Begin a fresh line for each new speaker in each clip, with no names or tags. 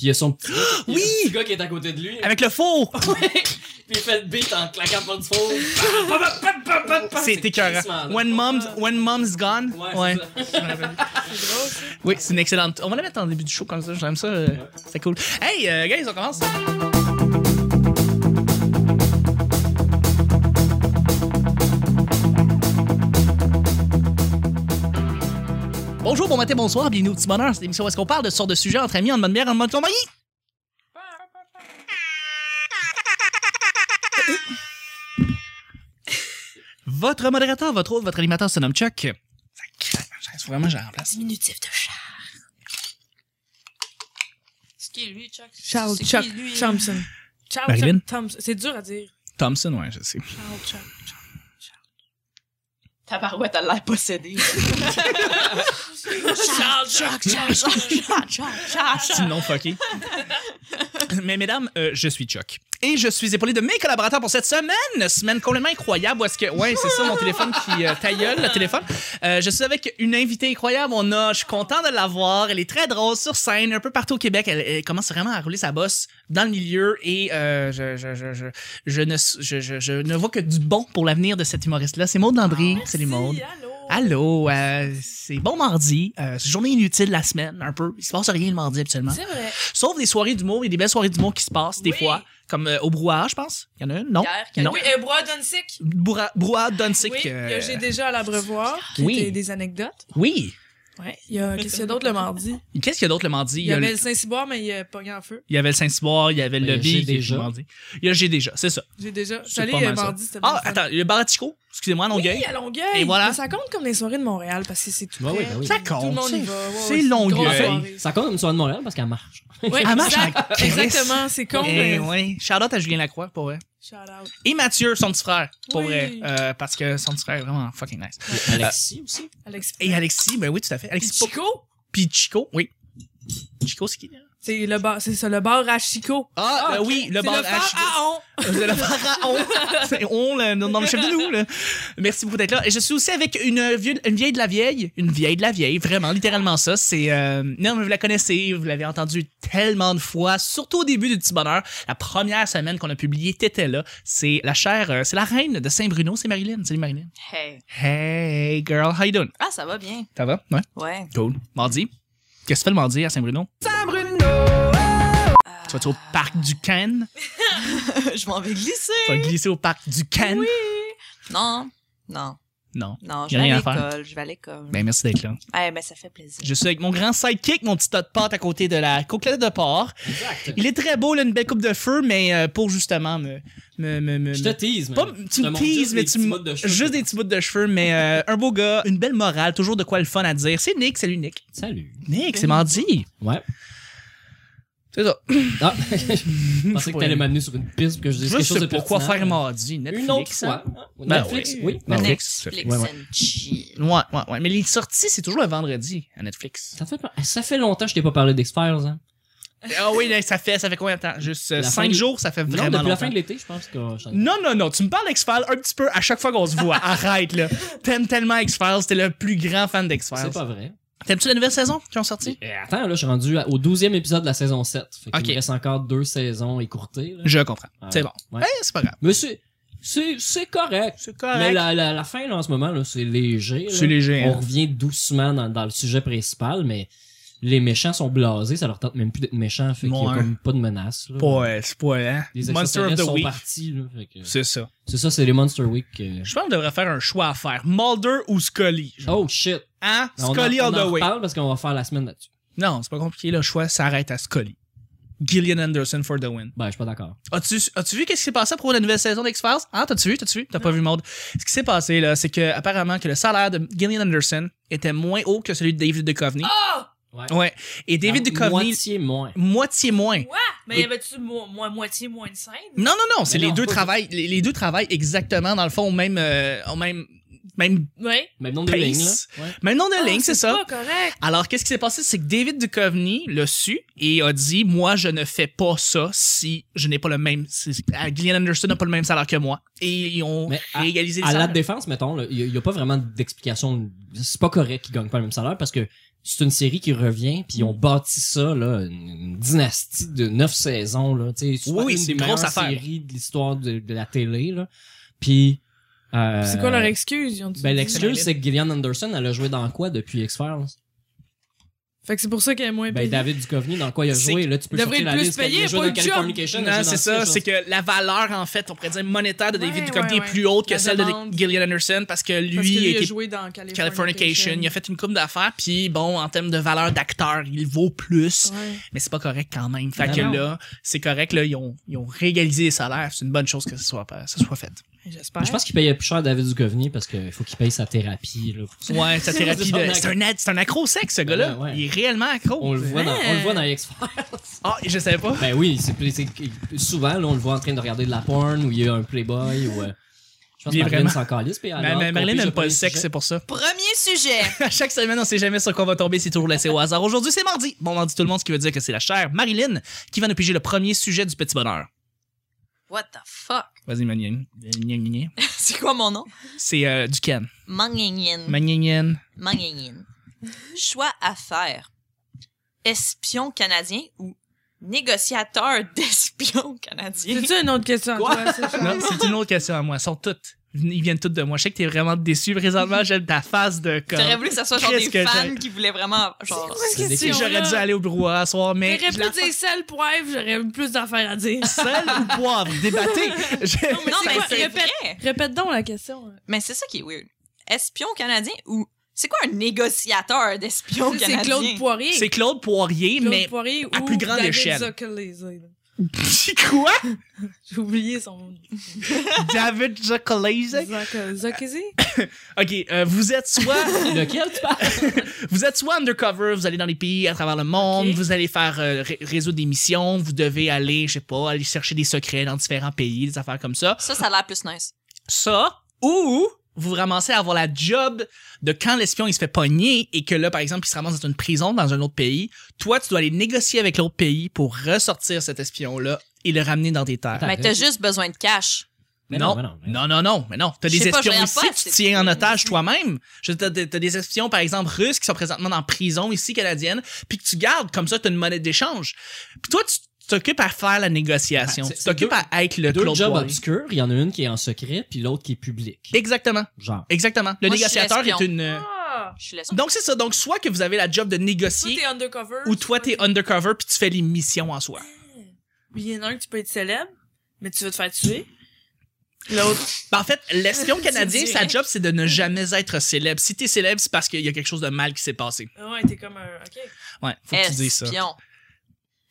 il y a son petit, il y a
Oui!
le petit gars qui est à côté de lui.
Avec le four!
Puis il fait le beat en claquant pas du faux.
C'est écœurant. When mom's, when mom's gone.
Ouais,
Ouais.
c'est ça.
Oui, c'est une excellente. On va la mettre en début du show comme ça. J'aime ça. euh, C'est cool. Hey, euh, guys, on commence. Bonjour, bon matin, bonsoir, bienvenue au petit bonheur. C'est l'émission où est-ce qu'on parle de ce genre de sujet entre amis, en bonne bière, en bonne compagnie. Votre modérateur, votre hôte, votre animateur se nomme Chuck. Ça craque, ma chaise. Faut Vraiment, j'ai en place.
Diminutif de Charles. C'est qui lui, Chuck?
Charles
C'est
Chuck
qui, lui?
Thompson. euh, Charles
Marilyn?
Chuck Thompson. C'est dur à dire.
Thompson, ouais, je sais.
Charles Chuck. Chuck.
Tabarouette, elle l'a possédé. Charles Chuck, Charles Chuck, Charles Charles
C'est le nom fucké. Mais mesdames, euh, je suis Chuck. Et je suis épaulé de mes collaborateurs pour cette semaine. Semaine complètement incroyable. Où est-ce que... Ouais, c'est ça, mon téléphone qui euh, tailleule, le téléphone. Euh, je suis avec une invitée incroyable. On a... Je suis content de la voir. Elle est très drôle sur scène, un peu partout au Québec. Elle, elle commence vraiment à rouler sa bosse dans le milieu. Et euh, je, je, je, je, je ne, je, je- je ne vois que du bon pour l'avenir de cet humoriste-là. Ah, C'est Maud Landry.
Ah,
Salut, Maud.
Allô.
Allô, euh, c'est bon mardi. Euh, c'est journée inutile la semaine, un peu. Il se passe rien le mardi habituellement.
C'est vrai.
Sauf des soirées d'humour, il y a des belles soirées d'humour qui se passent des
Oui.
fois, comme euh, au brouhaha, je pense. Il y en a une, non?
Hier, qu'il y a
non.
Oui, euh, Broad Dunsick.
Bourra- Brouhaha Dunsick.
Oui, il y
euh,
a j'ai déjà à l'abreuvoir. qui
Oui.
était des anecdotes.
oui.
Ouais. Il y a, qu'est-ce qu'il y a d'autre le mardi?
Qu'est-ce qu'il y a d'autre le mardi?
Il y avait
le-
le Saint-Cyboire, mais il a pogné en feu.
il y avait le Saint-Cyboire, il y avait
Ben, Il y a
le
J'ai
B
déjà.
le mardi. Il y a J'ai déjà, c'est ça.
J'ai déjà. Je
C'est
suis allée
pas mal
euh,
ça.
mardi, c'était
Ah,
bien le fun.
attends, le Baratico, excusez-moi, Longueuil.
Oui, à Longueuil.
Et voilà. ben
Mais ça compte comme les soirées de Montréal parce que c'est tout.
Ouais,
près.
ouais, bah oui.
Ça
Tout le
compte.
monde y
c'est-
va. ouais,
C'est
ouais, une grosse
Longueuil.
soirée.
Ça compte une soirée de Montréal parce qu'elle marche.
Ouais,
Ah, marche
exact.
en crise.
Exactement, c'est con.
Eh
mais-
ouais. Shout-out à Julien Lacroix, pour vrai.
Shout out.
Et Mathieu, son petit frère, pour
Oui.
vrai. Euh, parce que son petit frère est vraiment fucking nice.
Alexis aussi.
Alex.
Et Alexis, ben oui, tout à fait. Alexis Pop-
Chico?
puis Chico, oui. Chico, c'est qui? là?
C'est le bar, c'est ça, le bar à Chico.
Ah, euh,
ok.
oui, le
C'est
bar
le bar
Chico.
à on.
C'est le Euh, pharaon. C'est on, le, non, non, le chef de nous. Là. Merci beaucoup d'être là. Et je suis aussi avec une vieille, une vieille de la vieille. Une vieille de la vieille, vraiment, littéralement ça. C'est, euh, non, mais vous la connaissez, vous l'avez entendu tellement de fois, surtout au début du Petit Bonheur. La première semaine qu'on a publié, t'étais là. C'est la chère, euh, c'est la reine de Saint-Bruno, c'est Marilyn. Salut Marilyn.
Hey.
Hey, girl, how you doing?
Ah, ça va bien.
Ça va? Ouais.
Ouais.
Cool. Mardi. Qu'est-ce que tu fais le mardi à Saint-Bruno? Tu vas-tu au parc du Cannes?
Je m'en vais glisser.
Tu vas glisser au parc du Cannes?
Non, non,
Non.
non.
Y
Je
a
vais
rien
à
à faire.
l'école. Je vais à l'école.
Ben, merci d'être là.
Eh, ben, ça fait plaisir.
Je suis avec mon grand sidekick, mon petit tas de pâte à côté de la côtelette de porc.
Exact.
Il est très beau, il a une belle coupe de feu, mais euh, pour justement me. me, me, me-
Je te
me-
tease, mais.
pas- tu me teases, mais tu me. Juste des petits bouts de cheveux, mais euh, un beau gars, une belle morale, toujours de quoi le fun à dire. C'est Nick, salut Nick.
Salut.
Nick, c'est mardi.
Ouais.
C'est ça.
Ah, je pensais que t'allais m'amener sur une piste que je dise
Je
quelque chose de
sais pourquoi
pertinent.
faire mardi. Netflix,
Une autre
hein.
fois. hein.
Ben
Netflix,
oui.
oui.
Ben oui.
Netflix
Ouais, ouais.
and chill.
Ouais, ouais, ouais. Mais les sorties, c'est toujours le vendredi à Netflix.
Ça fait, ça fait longtemps que je t'ai pas parlé d'X-Files. Hein.
Ah oui, là, ça fait, ça fait combien de temps? Juste
La fin
5
de-
jours, ça fait
Non,
vraiment
depuis la
longtemps.
fin de l'été, je pense que. Non.
Non, non, non, tu me parles d'X-Files un petit peu à chaque fois qu'on se voit. Arrête, là. T'aimes tellement X-Files, t'es le plus grand fan
C'est
d'X-Files.
pas vrai.
T'aimes-tu la nouvelle saison qui ont sorti?
Eh, attends, là, je suis rendu à- au 12e épisode de la saison 7. Fait qu'il
Ok.
me reste encore deux saisons écourtées. là.
Je comprends.
Ah,
C'est bon.
ouais.
Eh, c'est pas grave.
Mais c'est, c'est, c'est correct.
C'est
Mais la, la, la fin, là, en ce moment, là, c'est léger. là.
C'est léger.
On
hein.
revient doucement dans, dans le sujet principal, mais les méchants sont blasés. Ça leur tente même plus d'être méchants. Fait qu'il y
Ouais.
a comme pas de menace. Là.
Pas, c'est pas, hein.
Oh. Les
Monster of the
sont
Week.
partis. là, fait que-
C'est ça.
C'est ça, c'est les Monster Week. euh.
Je pense qu'on devrait faire un choix à faire. Mulder ou Scully?
Oh shit.
Hein?
On en-
Scully
on
all
en
the way.
reparle parce qu'on va faire la semaine là-dessus.
Non, c'est pas compliqué, le choix s'arrête à Scully. Gillian Anderson for the win.
Ben, je suis pas d'accord.
As-tu as-tu vu qu'est-ce qui s'est passé pour la nouvelle saison d'X-Files? Hein, t'as-tu vu? T'as-tu vu? T'as pas vu, Maud? Ce qui s'est passé, là, c'est que, apparemment, que le salaire de Gillian Anderson était moins haut que celui de David Duchovny.
Ah! Ouais.
ouais. Et David
La
Duchovny, moitié,
Moitié moins.
moins.
Ouais, mais y avait-tu mo- mo- moitié moins de scène?
Non, non, non, c'est
Mais
les
non,
deux
pas-
travaillent, les, les deux travaillent exactement, dans le fond, au même, euh, au même, même,
Ouais.
Même nombre de
Pace.
lignes, là. Ouais.
même nom de
Ah,
ligne, c'est ça.
pas correct.
Alors, qu'est-ce qui s'est passé? C'est que David Duchovny l'a su et a dit Moi, je ne fais pas ça si je n'ai pas le même. si- ah, Gillian Anderson n'a pas le même salaire que moi. Et ils ont
Mais à-
réégalisé le
À la
salaire.
défense, mettons, il n'y a, pas vraiment d'explication. C'est pas correct qu'ils gagnent pas le même salaire parce que c'est une série qui revient, puis ils
Mm.
ont bâti ça, là, une, une dynastie de neuf saisons, là. Tu sais, c'est
Oui,
une
c'est
des
une
meilleures
grosse affaire.
séries de l'histoire de, de la télé, là. Puis... euh,
C'est quoi leur excuse? Ils ont
Ben,
C'est
l'excuse,
valide.
c'est que Gillian Anderson, elle a joué dans quoi depuis X-Files?
Fait que c'est pour ça qu'elle est moins
Ben,
payée.
David Duchovny, dans quoi il a
C'est-
joué? Là, tu peux
Il devrait
chercher la
le plus
liste.
payer,
il a joué
pas
dans
le job.
Californication. il a
Non,
joué dans
c'est ça.
Sketch,
C'est que la valeur, en fait, on pourrait dire monétaire de David
Ouais,
Duchovny
ouais,
est plus haute que
La
celle
demande.
de Gillian Anderson parce que lui,
Parce que lui,
est-
a joué dans
Californication,
Californication.
il a fait une coupe d'affaires, puis bon, en termes de valeur d'acteur, il vaut plus,
Ouais.
mais c'est pas correct quand même. Fait
Ben
que
non.
là, c'est correct, là, ils ont, ils ont régalisé les salaires, c'est une bonne chose que ce soit, pas- ça soit fait.
J'espère.
Je pense qu'il payait plus cher David Duchovny parce qu'il faut qu'il paye sa thérapie. Là, pour ça.
Ouais, sa thérapie de- C'est un, ad- c'est un accro sexe, ce gars-là.
Ben ouais.
Il est réellement accro.
On, le voit dans, on le voit dans X-Files.
Ah, je savais pas.
Ben oui, c'est plus- c'est- souvent, là, on le voit en train de regarder de la porn ou il y a un Playboy ou. euh, je pense
Il est
que Marlène
vraiment-
s'en calisse. puis elle
Mais
a hâte
mais
qu'on
Marilyn
pige
Ben, n'aime
le
pas le
premier
sexe, c'est
sujet.
pour ça.
Premier sujet.
À chaque semaine, on sait jamais sur quoi on va tomber, c'est toujours laissé au hasard. Aujourd'hui, c'est mardi. Bon mardi tout le monde, ce qui veut dire que c'est la chère Marilyn qui va nous piger le premier sujet du petit bonheur.
What the fuck?
Vas-y, Magnien. Magnien.
C'est quoi mon nom?
C'est euh, du Ken.
Mangingin.
Magnien.
Mangingin. Choix à faire. Espion canadien ou négociateur d'espion canadien?
C'est-tu une autre question?
Quoi?
Toi, c'est
Non, c'est une autre question à moi. Elles sont toutes. Ils viennent toutes de moi. Je sais que t'es vraiment déçu présentement. J'aime ta face de comme.
J'aurais voulu que ça soit genre
Qu'est-ce
des
que
fans
j'ai-
qui voulaient vraiment, genre,
quoi cette
C'est des-
question-là?
J'aurais dû aller au brouhaha à soir, mais.
J'aurais
je la
pu dire sel, poivre, j'aurais plus d'affaires à dire.
Sel ou poivre? Débattez! Je-
mais
Non,
c'est
mais
quoi?
c'est
Répète.
vrai.
Répète donc la question.
Mais c'est ça qui est weird. Espion canadien ou c'est quoi un négociateur d'espion
C'est-
canadien
C'est Claude Poirier.
C'est Claude Poirier,
Claude
mais.
Poirier
à
ou
plus grande
David
échelle.
Zuckerley.
Quoi?
J'ai oublié son nom.
David Jacolaise?
Zuck- Zuckerley?
Ok, euh, vous êtes soit.
Lequel tu parles
Vous êtes soit undercover, vous allez dans les pays à travers le monde,
Ok.
vous allez faire euh, ré- résoudre des missions, vous devez aller, je sais pas, aller chercher des secrets dans différents pays, des affaires comme ça.
Ça, ça a l'air plus nice.
ça ou vous vous ramassez à avoir la job de quand l'espion il se fait pogner et que là par exemple il se ramasse dans une prison dans un autre pays toi tu dois aller négocier avec l'autre pays pour ressortir cet espion là et le ramener dans tes terres
T'as
Mais t'as
raison.
juste besoin de cash.
Mais
non,
mais
non,
mais
non, non, mais non. T'as
Je
des
sais pas,
espions
je regarde
ici
pas,
que tu
c'est-
tiens en otage toi-même. Je- T'as des t'as des espions, par exemple, russes qui sont présentement en prison ici, canadienne, puis que tu gardes, comme ça, t'as une monnaie d'échange. Puis toi, tu t'occupes à faire la négociation.
Ah, c'est-
tu t'occupes
c'est
à être le
Deux
Claude
jobs
Poirier.
obscurs, il y en a une qui est en secret, puis l'autre qui est publique.
Exactement,
Genre.
exactement. Le
Moi, je suis
négociateur est
l'espion.
une... euh,
Ah!
Je suis l'espion.
Donc c'est ça. Donc soit que vous avez la job de
Toi,
négocier
t'es undercover.
ou toi t'es undercover puis tu fais les missions en soi.
Il y en a un que tu peux être célèbre, mais tu vas te faire tuer. L'autre.
Ben, en fait, l'espion
Tu
canadien,
dirais.
sa job c'est de ne jamais être célèbre. Si t'es célèbre, c'est parce qu'il y a quelque chose de mal qui s'est passé.
Ah Ouais, t'es comme un. Ok.
Ouais, faut que tu dises ça.
Espion.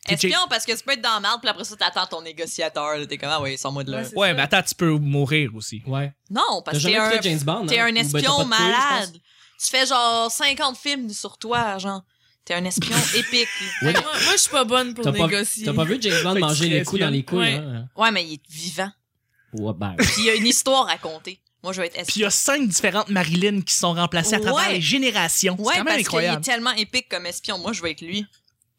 T'es Jay-
Espion, parce que tu peux être dans la merde, puis après ça, t'attends ton négociateur. là. T'es comme, ah oui, sors-moi de là.
Ouais, c'est
Ouais,
ça.
mais attends, tu peux mourir aussi.
Ouais.
non, parce
T'as
que t'es
jamais
un,
écouté James Bond.
t'es
hein?
un
Ou ben, t'as
espion
pas de couilles, je pense.
malade. Tu fais genre 50 films sur toi, genre. T'es un espion épique.
Ouais,
Moi, moi, je suis pas bonne pour
T'as pas,
négocier.
t'as pas vu James Bond
Fait que
manger
tu
les coups dans les couilles,
ouais.
hein?
Ouais, mais il est vivant.
Ouais, ben,
Puis il y a une histoire à compter. Moi, je vais être
Puis il y
espion.
a cinq différentes Marilyn qui sont remplacées à travers
Ouais.
les générations.
Ouais,
c'est quand même
parce qu'il est
incroyable.
tellement épique comme espion. Moi, je vais être lui.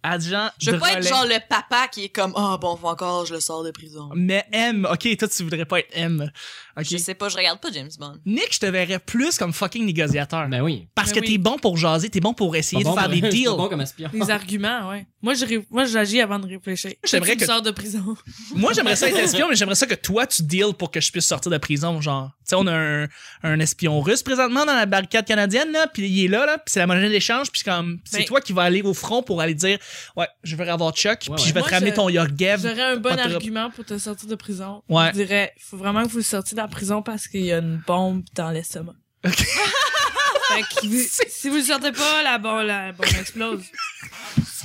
Agent
Je veux pas être
Drolet.
genre le papa qui est comme, ah bon, faut encore, je le sors de prison.
Mais M, ok, toi tu voudrais pas être M. Ok.
Je sais pas, je regarde pas James Bond.
Nick, je te verrais plus comme fucking négociateur.
ben oui.
Parce
Mais
que
oui.
t'es bon pour jaser, t'es bon pour essayer
Pas
de
bon,
faire
mais-
des
je suis
deals.
pas bon comme espion.
Les arguments, ouais. Moi, je ré- moi, j'agis avant de réfléchir.
J'aimerais
Tu me
que-
sors de prison.
Moi, j'aimerais ça être espion, mais j'aimerais ça que toi, tu deals pour que je puisse sortir de prison. Genre, tu sais, on a un, un espion russe présentement dans la barricade canadienne, là, puis il est là, là, puis c'est la monnaie d'échange, puis c'est comme, c'est
Ben-
toi qui vas aller au front pour aller dire, ouais, je veux avoir Chuck, puis
Ouais,
je vais
ouais.
te
Moi,
ramener
je-
ton Yorgev.
J'aurais un
pas
bon
trop.
argument pour te sortir de prison.
Ouais.
Je dirais, faut vraiment que vous le sortiez de la prison parce qu'il y a une bombe dans l'estomac. fait que vous- si vous le sortez pas, la bombe, la bombe explose.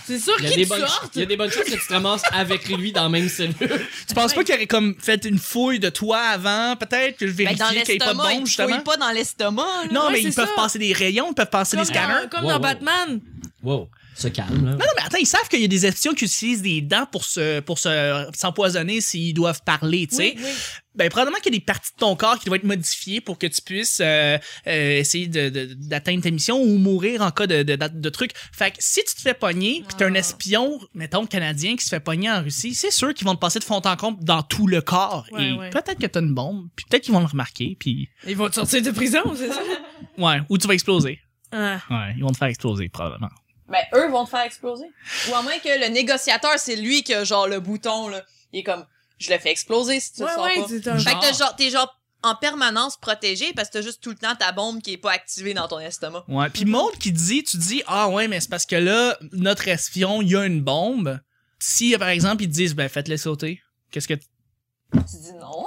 C'est sûr
Il y, a des
qu'il
bonnes,
sortent.
il y a des bonnes choses que tu te ramasses avec lui dans la même cellule.
Tu penses pas qu'il aurait comme fait une fouille de toi avant, peut-être, que je
Ben, dans
vérifie qu'il n'y ait pas de
l'estomac,
bombe,
il te
justement?
fouille pas dans l'estomac. là.
Non,
Ouais,
mais ils
c'est
peuvent
ça.
passer des rayons, ils peuvent passer
Comme
des scanners.
dans, comme
Ouais,
dans
ouais.
Batman.
Wow. Se calme, là.
Non, non, mais attends, ils savent qu'il y a des espions qui utilisent des dents pour se, pour se, s'empoisonner s'ils doivent parler, tu sais.
Oui, oui.
Ben, probablement qu'il y a des parties de ton corps qui doivent être modifiées pour que tu puisses euh, euh, essayer de- de- d'atteindre ta mission ou mourir en cas de, de, de, de truc. Fait que si tu te fais pogner, pis t'es un
Ah.
espion, mettons, canadien qui se fait pogner en Russie, c'est sûr qu'ils vont te passer de fond en comble dans tout le corps.
Ouais,
et
ouais.
peut-être que t'as une bombe, puis peut-être qu'ils vont le remarquer, puis
Ils vont te sortir de prison, c'est ça?
ouais, ou tu vas exploser.
Ah.
Ouais, ils vont te faire exploser, probablement.
Ben, eux vont te faire exploser. Ou à moins que le négociateur, c'est lui qui a genre le bouton, là. Il est comme, je le fais exploser si tu le
Ouais,
sors
ouais,
pas.
c'est un
Fait que t'es genre, t'es genre en permanence protégé parce que t'as juste tout le temps ta bombe qui est pas activée dans ton estomac.
Ouais. Puis Maud qui dit, tu dis, ah ouais, mais c'est parce que là, notre espion, il y a une bombe. Si, par exemple, ils te disent, ben, faites-le sauter. Qu'est-ce que. t-
Tu dis non.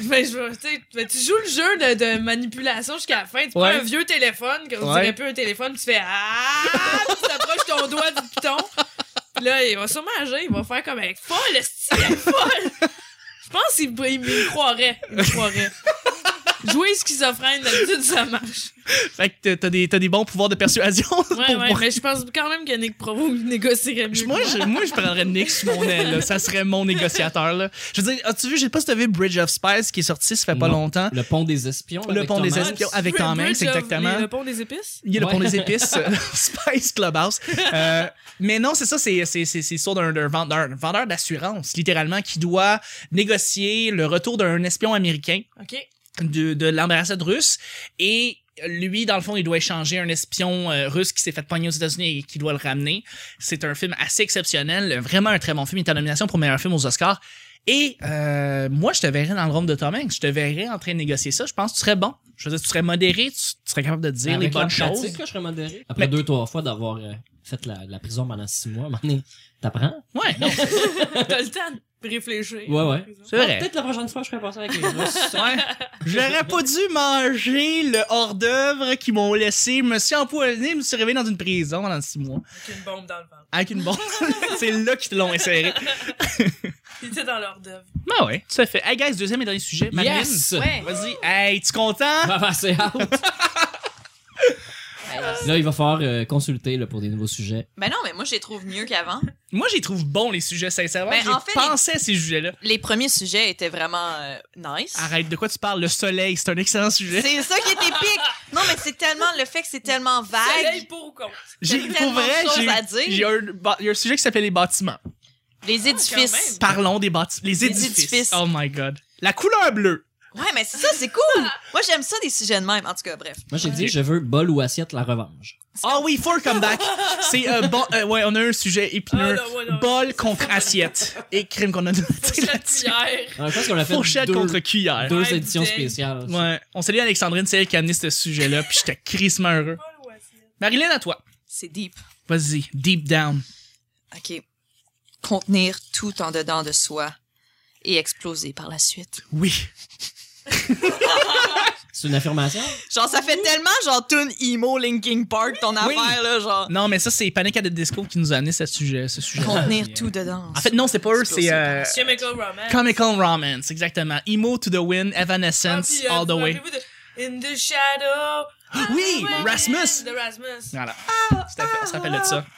Ben, je vais- tu sais, ben, tu joues le jeu de, de manipulation jusqu'à la fin. Tu prends
Ouais.
un vieux téléphone, que on
Ouais.
dirait plus un téléphone, tu fais Ah! Puis tu approches ton doigt du piton. Puis là, il va sûrement agir, il va faire comme elle est folle, le style, elle est folle! Je pense qu'il il me croirait. Il me croirait. Jouer schizophrène, d'habitude, ça marche.
Fait que t'as- t'as des, t'as des bons pouvoirs de persuasion.
Ouais,
pour-
ouais,
pour-
mais je pense quand même que Nick Provo négocierait mieux.
Moi,
que
je, moi, je prendrais Nick sous mon aile. là. Ça serait mon négociateur. Là. Je veux dire, as-tu vu, j'ai pas si t'as vu Bridge of Spice qui est sorti, ça fait pas
Non.
longtemps.
Le pont des espions. là,
Le
avec
pont des
Thomas.
espions.
moi.
avec Tom Hanks,
Bridge of-
exactement.
les- Le pont des épices?
Il y a le
Ouais.
pont des épices, euh, Spice Clubhouse. Euh, mais non, c'est ça, c'est c'est- c'est- c'est l'histoire d'un d'un vendeur, un vendeur d'assurance, littéralement, qui doit négocier le retour d'un espion américain
OK.
de, de l'ambassade russe. Et lui, dans le fond, il doit échanger un espion euh, russe qui s'est fait pogner aux États-Unis et qui doit le ramener. C'est un film assez exceptionnel, vraiment un très bon film. Il est en nomination pour meilleur film aux Oscars. Et euh, moi, je te verrais dans le rôle de Tom Hanks. Je te verrais en train de négocier ça. Je pense que tu serais bon. Je veux dire, tu serais modéré, tu, tu serais capable de dire les
Avec la
bonnes choses.
pratique, là, je serais modéré. Après
Mais-
deux, trois fois d'avoir euh, fait la, la prison pendant six mois, à un moment donné, t'apprends?
Ouais, non,
T'as le temps de réfléchir.
Ouais, ouais.
c'est vrai.
Peut-être la prochaine fois, je ferais passer avec les Russes.
Ouais. J'aurais pas dû manger le hors-d'œuvre qu'ils m'ont laissé. Je me suis empoisonné, je me suis réveillé dans une prison pendant six mois.
Avec une bombe dans le ventre.
Avec une bombe. c'est là qu'ils te l'ont inséré.
Il était dans l'ordre d'œuvre.
Ben ouais, tout à fait. Hey guys, deuxième et dernier sujet. Marilyn,
Ah Yes!
Ouais.
Vas-y. Hey, tu content?
Bah, bah, c'est out. Là, il va falloir euh, consulter là, pour des nouveaux sujets.
Ben non, mais moi, je les trouve mieux qu'avant.
Moi, j'y trouve bons les sujets, sincèrement.
Ben,
J'ai
en fait,
pensé à ces sujets-là.
Les premiers sujets étaient vraiment euh, nice.
Arrête, de quoi tu parles? Le soleil, c'est un excellent sujet.
C'est ça qui est épique. Non, mais c'est tellement le fait que c'est tellement
Soleil
vague.
pour ou contre?
J'ai,
tellement
pour vrai,
de choses
j'ai,
à dire.
j'ai un, ba- il y a un sujet qui s'appelle les bâtiments.
Les
Ah,
édifices.
quand
Parlons des bâtiments. Les édifices.
édifices.
Oh my god. La couleur bleue.
Ouais, mais c'est ça, c'est cool. Moi, j'aime ça des sujets de même. En tout cas, bref.
Moi, j'ai dit, je veux bol ou assiette, la revanche.
Ah oui, for comeback. C'est euh, bon. euh, ouais, on a un sujet épineux.
Ah, non, ouais, non.
Bol contre assiette. Et crime qu'on a noté
La
là-dessus.
pierre.
Alors, je pense qu'on a fait
Fourchette
deux,
contre cuillère.
deux
Ouais,
éditions
bouteille.
spéciales.
Ouais. On salue Alexandrine, c'est elle qui a amené ce sujet-là, puis j'étais crissement heureux. Marilyn, à toi.
C'est deep.
Vas-y, deep down.
OK. Contenir tout en dedans de soi et exploser par la suite.
Oui.
C'est une affirmation?
Genre, ça fait tellement genre tune emo Linking Park, ton affaire, là, genre.
Non, mais ça, c'est Panic at the Disco qui nous a amené ce sujet. Ce sujet
Contenir tout dedans.
En fait, non, c'est pas eux, Oh. c'est euh,
Chemical Romance.
Comical Romance, exactement. Emo to the Wind, Evanescence, All the Way.
In the shadow.
Ah, Oui, Ah, Rasmus.
De Rasmus.
Voilà. Tout à fait, on se rappelle de ça.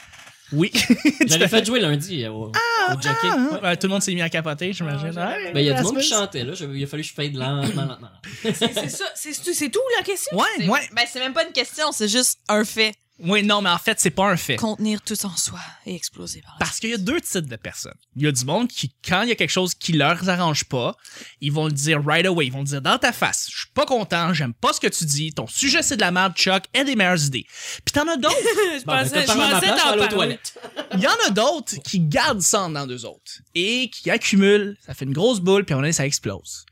Oui.
Je l'ai fait jouer lundi euh, au, au jockey. Ouais.
Ouais, tout le monde s'est mis à capoter, j'imagine.
Ah, j'avais-
Ouais,
Ben, il y a du monde qui
Rasmus.
chantait, là. Je- Il a fallu que je fade lentement, lentement. lentement.
C'est c'est ça. C'est tout, c'est tout la question?
Ouais, ouais.
Ben, c'est même pas une question, c'est juste un fait.
Oui, non, mais en fait, c'est pas un fait.
Contenir tout en soi et exploser par la
Parce qu'il y a deux types de personnes. Il y a du monde qui, quand il y a quelque chose qui leur arrange pas, ils vont le dire right away. Ils vont le dire dans ta face. Je suis pas content, j'aime pas ce que tu dis, ton sujet c'est de la merde, Chuck, et des meilleures idées. Puis t'en as d'autres.
Je
Bon, ben,
pensais,
t'as
je
parlé à ma place,
pensais
je vais
t'en
aller aux
parler.
toilettes.
Il y en a d'autres qui gardent ça dans deux autres. Et qui accumulent, ça fait une grosse boule, puis on est, ça explose.